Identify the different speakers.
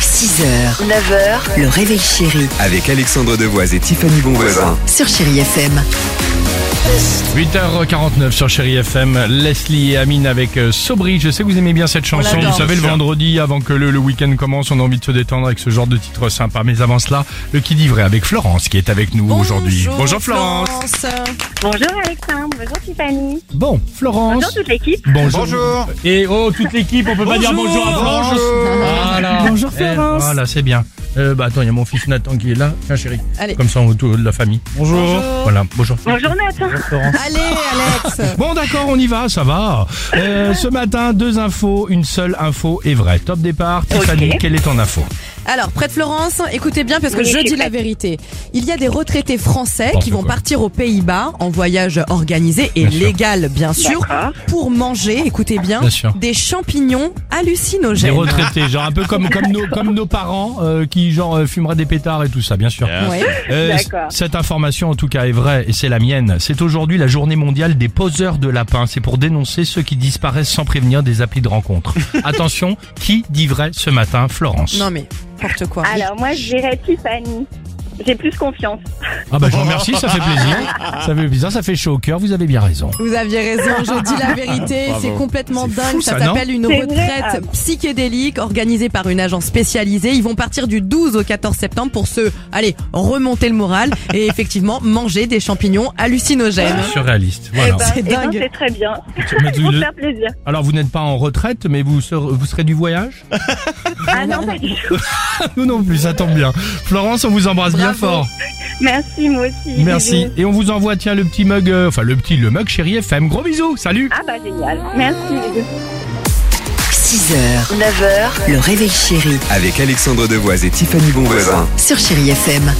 Speaker 1: 6h, 9h, le réveil chéri
Speaker 2: Avec Alexandre Devoise et Tiffany Bonvoisin.
Speaker 1: sur Chérie FM.
Speaker 3: 8h49 sur Chéri FM, Leslie et Amine avec euh, Sobri. Je sais que vous aimez bien cette chanson. Vous savez, le vendredi, avant que le, le week-end commence, on a envie de se détendre avec ce genre de titre sympa. Mais avant cela, le qui dit vrai avec Florence qui est avec nous aujourd'hui. Bonjour Florence.
Speaker 4: Bonjour Alexandre, bonjour Tiffany,
Speaker 3: Bon, Florence.
Speaker 4: bonjour toute l'équipe.
Speaker 3: Bonjour. Et oh, toute l'équipe, on peut pas dire bonjour à Florence. Voilà. Bonjour Florence. voilà, c'est bien. Euh, bah attends, il y a mon fils Nathan qui est là. Tiens chérie.
Speaker 5: Allez.
Speaker 3: Comme ça, on tout de la famille. Bonjour. Voilà, bonjour.
Speaker 4: Bonjour Nathan.
Speaker 5: Allez, Alex.
Speaker 3: Bon d'accord, on y va, ça va. Euh, ce matin, deux infos, une seule info est vraie. Top départ, Tiffany, quelle est ton info
Speaker 5: Alors, près de Florence, écoutez bien parce que
Speaker 4: Oui,
Speaker 5: je
Speaker 4: je
Speaker 5: dis
Speaker 4: suis
Speaker 5: la
Speaker 4: prête.
Speaker 5: vérité. Il y a des retraités français
Speaker 3: N'importe
Speaker 5: qui vont
Speaker 3: quoi.
Speaker 5: partir aux Pays-Bas en voyage organisé et
Speaker 3: Bien sûr.
Speaker 5: légal, bien sûr,
Speaker 4: D'accord.
Speaker 5: pour manger, écoutez bien,
Speaker 3: Bien sûr.
Speaker 5: des champignons
Speaker 3: Des
Speaker 5: hallucinogènes.
Speaker 3: retraités, genre un peu comme, comme, nos, comme nos parents euh, qui genre euh, fumeraient des pétards et tout ça, bien sûr.
Speaker 5: Ouais.
Speaker 3: Euh,
Speaker 4: D'accord.
Speaker 3: cette information en tout cas est vraie et c'est la mienne. C'est aujourd'hui la journée mondiale des poseurs de lapins. C'est pour dénoncer ceux qui disparaissent sans prévenir des applis de rencontre. Attention, qui dit vrai ce matin, Florence
Speaker 5: Non mais, n'importe quoi.
Speaker 4: Alors moi je dirais Tiffany. J'ai plus confiance.
Speaker 3: Ah bah je vous remercie, ça fait plaisir. Ça fait plaisir, ça fait chaud au cœur, vous avez bien raison.
Speaker 5: Vous aviez raison, je dis la vérité, c'est complètement
Speaker 3: C'est
Speaker 5: dingue.
Speaker 3: fou,
Speaker 5: ça
Speaker 3: ça, non
Speaker 5: s'appelle une
Speaker 4: C'est
Speaker 5: retraite
Speaker 4: vrai, ah.
Speaker 5: psychédélique organisée par une agence spécialisée. Ils vont partir du 12 au 14 septembre pour se, allez, remonter le moral et effectivement manger des champignons hallucinogènes.
Speaker 3: Surréaliste, voilà.
Speaker 5: C'est
Speaker 4: Ah. Eh ben,
Speaker 5: dingue.
Speaker 4: c'est très bien.
Speaker 3: Mais Ah. tu-
Speaker 4: Pour
Speaker 3: le-
Speaker 4: faire plaisir.
Speaker 3: Alors vous n'êtes pas en retraite, mais vous serez, vous serez du voyage
Speaker 4: Ah non, pas du tout.
Speaker 3: Ah, Nous non plus, ça tombe bien. Florence, on vous embrasse bien fort.
Speaker 4: Merci, moi aussi.
Speaker 3: Merci.
Speaker 4: Bisous.
Speaker 3: Et on vous envoie, tiens, le petit mug, euh, enfin le petit, le mug chéri FM. Gros bisous, salut
Speaker 4: Ah bah génial. Merci. bisous.
Speaker 1: 6h, 9h, le réveil chéri
Speaker 2: Avec Alexandre Devoise et Tiffany Bonvoisin.
Speaker 1: sur Chérie FM.